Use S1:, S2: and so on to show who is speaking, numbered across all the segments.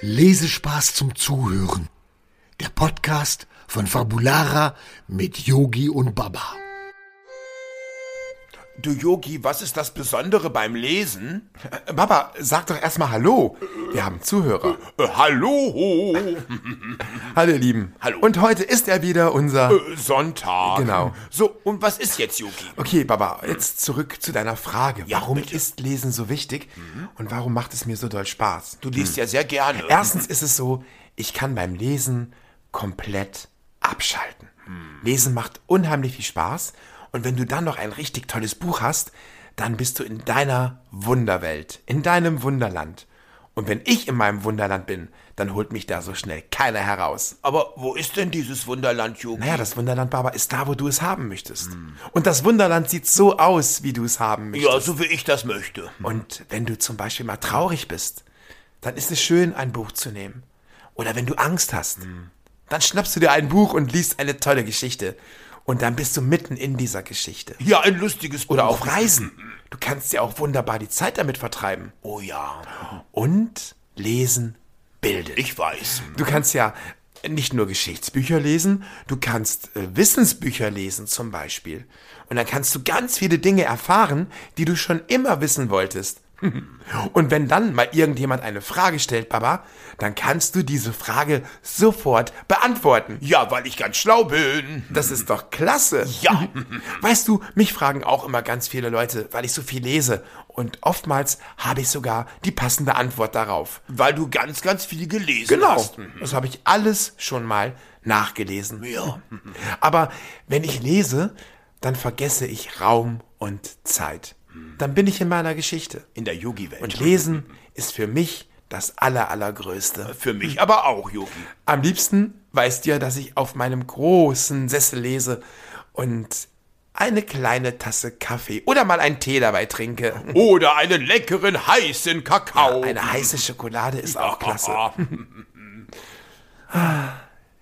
S1: Lesespaß zum Zuhören. Der Podcast von Fabulara mit Yogi und Baba.
S2: Du Yogi, was ist das Besondere beim Lesen? Baba, sag doch erstmal Hallo. Wir haben Zuhörer. Äh, Hallo,
S3: Hallo, ihr Lieben.
S2: Hallo.
S3: Und heute ist er wieder unser.
S2: äh, Sonntag.
S3: Genau.
S2: So, und was ist jetzt, Yogi?
S3: Okay, Baba, jetzt zurück zu deiner Frage.
S2: Ja,
S3: warum
S2: bitte. Mhm.
S3: ist Lesen so wichtig und warum macht es mir so doll Spaß?
S2: Du liest ja sehr gerne.
S3: Erstens ist es so, ich kann beim Lesen komplett abschalten.
S2: Mhm.
S3: Lesen macht unheimlich viel Spaß und wenn du dann noch ein richtig tolles Buch hast, dann bist du in deiner Wunderwelt, in deinem Wunderland. Und wenn ich in meinem Wunderland bin, dann holt mich da so schnell keiner heraus.
S2: Aber wo ist denn dieses Wunderland, Yogi?
S3: Naja, das Wunderland, Baba, ist da, wo du es haben möchtest. Und das Wunderland sieht so aus, wie du es haben möchtest.
S2: ja, so wie ich das möchte.
S3: Und wenn du zum Beispiel mal traurig bist, dann ist es schön, ein Buch zu nehmen. Oder wenn du Angst hast, dann schnappst du dir ein Buch und liest eine tolle Geschichte. Und dann bist du mitten in dieser Geschichte.
S2: Ja, ein lustiges
S3: Oder
S2: Buch.
S3: auf Reisen. Du kannst ja auch wunderbar die Zeit damit vertreiben.
S2: Oh ja,
S3: Und lesen bildet.
S2: ich weiß.
S3: Du kannst ja nicht nur Geschichtsbücher lesen, du kannst äh, Wissensbücher lesen zum Beispiel. Und dann kannst du ganz viele Dinge erfahren, die du schon immer wissen wolltest. Und wenn dann mal irgendjemand eine Frage stellt, Baba, dann kannst du diese Frage sofort beantworten.
S2: Ja, weil ich ganz schlau bin.
S3: Das ist doch klasse.
S2: Ja.
S3: Weißt du, mich fragen auch immer ganz viele Leute, weil ich so viel lese. Und oftmals habe ich sogar die passende Antwort darauf.
S2: Weil du ganz, ganz viel gelesen
S3: Genau.
S2: hast.
S3: Das habe ich alles schon mal nachgelesen.
S2: Ja.
S3: Aber wenn ich lese, dann vergesse ich Raum und Zeit. Dann bin ich in meiner Geschichte.
S2: In der Yogi-Welt.
S3: Und lesen ist für mich das Aller, Allergrößte.
S2: Für mich aber auch, Yogi.
S3: Am liebsten weißt du ja, dass ich auf meinem großen Sessel lese und eine kleine Tasse Kaffee oder mal einen Tee dabei trinke.
S2: Oder einen leckeren, heißen Kakao.
S3: Eine heiße Schokolade ist auch klasse.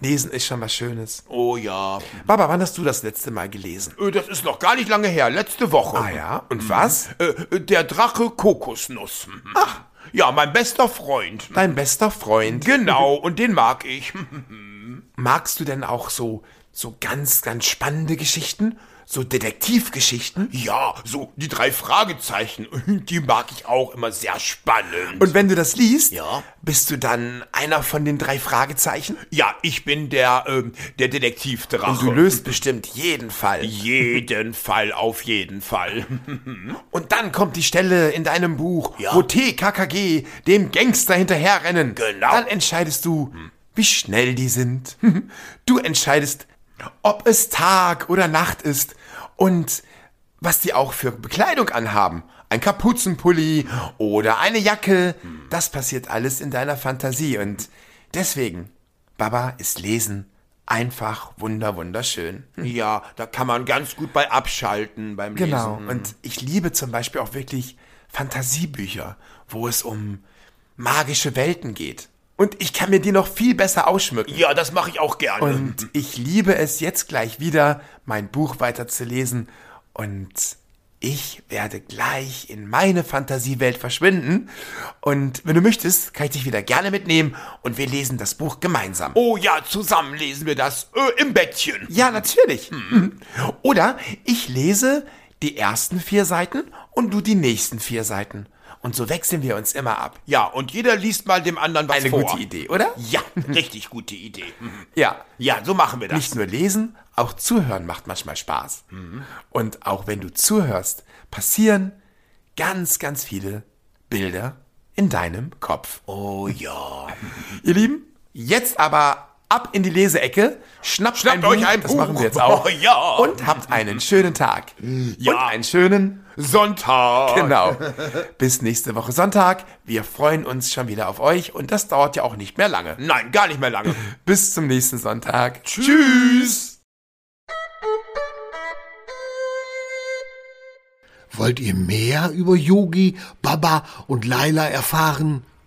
S3: Lesen ist schon was Schönes.
S2: Oh ja.
S3: Baba, wann hast du das letzte Mal gelesen?
S2: Äh, Das ist noch gar nicht lange her, letzte Woche.
S3: Ah ja, und was?
S2: Äh, Der Drache Kokosnuss. Ach. Ja, mein bester Freund.
S3: Dein bester Freund.
S2: Genau, und den mag ich. Hm.
S3: Magst du denn auch so, so ganz, ganz spannende Geschichten? So Detektivgeschichten?
S2: Ja, so die drei Fragezeichen, die mag ich auch immer sehr spannend.
S3: Und wenn du das liest,
S2: Ja.
S3: bist du dann einer von den drei Fragezeichen?
S2: ja, ich bin der, ähm, der Detektivdrache.
S3: Und du löst bestimmt jeden Fall.
S2: jeden Fall, auf jeden Fall.
S3: Und dann kommt die Stelle in deinem Buch,
S2: Ja.
S3: wo TKKG dem Gangster hinterherrennen.
S2: Genau.
S3: Dann entscheidest du, wie schnell die sind. Du entscheidest, ob es Tag oder Nacht ist und was die auch für Bekleidung anhaben. Ein Kapuzenpulli oder eine Jacke. Das passiert alles in deiner Fantasie und deswegen, Baba, ist Lesen einfach wunder wunderschön.
S2: ja, da kann man ganz gut bei abschalten beim
S3: Genau.
S2: Lesen.
S3: Und ich liebe zum Beispiel auch wirklich Fantasiebücher, wo es um magische Welten geht. Und ich kann mir die noch viel besser ausschmücken.
S2: Ja, das mache ich auch gerne.
S3: Und ich liebe es jetzt gleich wieder, mein Buch weiterzulesen. Und ich werde gleich in meine Fantasiewelt verschwinden. Und wenn du möchtest, kann ich dich wieder gerne mitnehmen und wir lesen das Buch gemeinsam.
S2: Oh ja, zusammen lesen wir das äh, im Bettchen.
S3: Ja, natürlich. Mhm. Oder ich lese die ersten vier Seiten und du die nächsten vier Seiten. Und so wechseln wir uns immer ab.
S2: Ja, und jeder liest mal dem anderen was
S3: Eine
S2: vor.
S3: gute Idee, oder?
S2: Ja, richtig gute Idee. Hm.
S3: Ja.
S2: Ja, so machen wir das.
S3: Nicht nur lesen, auch zuhören macht manchmal Spaß.
S2: Mhm.
S3: Und auch wenn du zuhörst, passieren ganz, ganz viele Bilder in deinem Kopf.
S2: Oh ja.
S3: Ihr Lieben, jetzt aber ab in die Leseecke. Schnappt,
S2: Schnappt
S3: ein
S2: euch
S3: Buch.
S2: ein
S3: Das
S2: Buch.
S3: machen wir jetzt auch.
S2: Oh ja.
S3: Und habt einen schönen Tag. Ja. Und einen schönen
S2: Sonntag.
S3: Genau. Bis nächste Woche Sonntag. Wir freuen uns schon wieder auf euch und das dauert ja auch nicht mehr lange.
S2: Nein, gar nicht mehr lange.
S3: Bis zum nächsten Sonntag.
S2: Tschüss.
S1: Wollt ihr mehr über Yogi, Baba und Laila erfahren?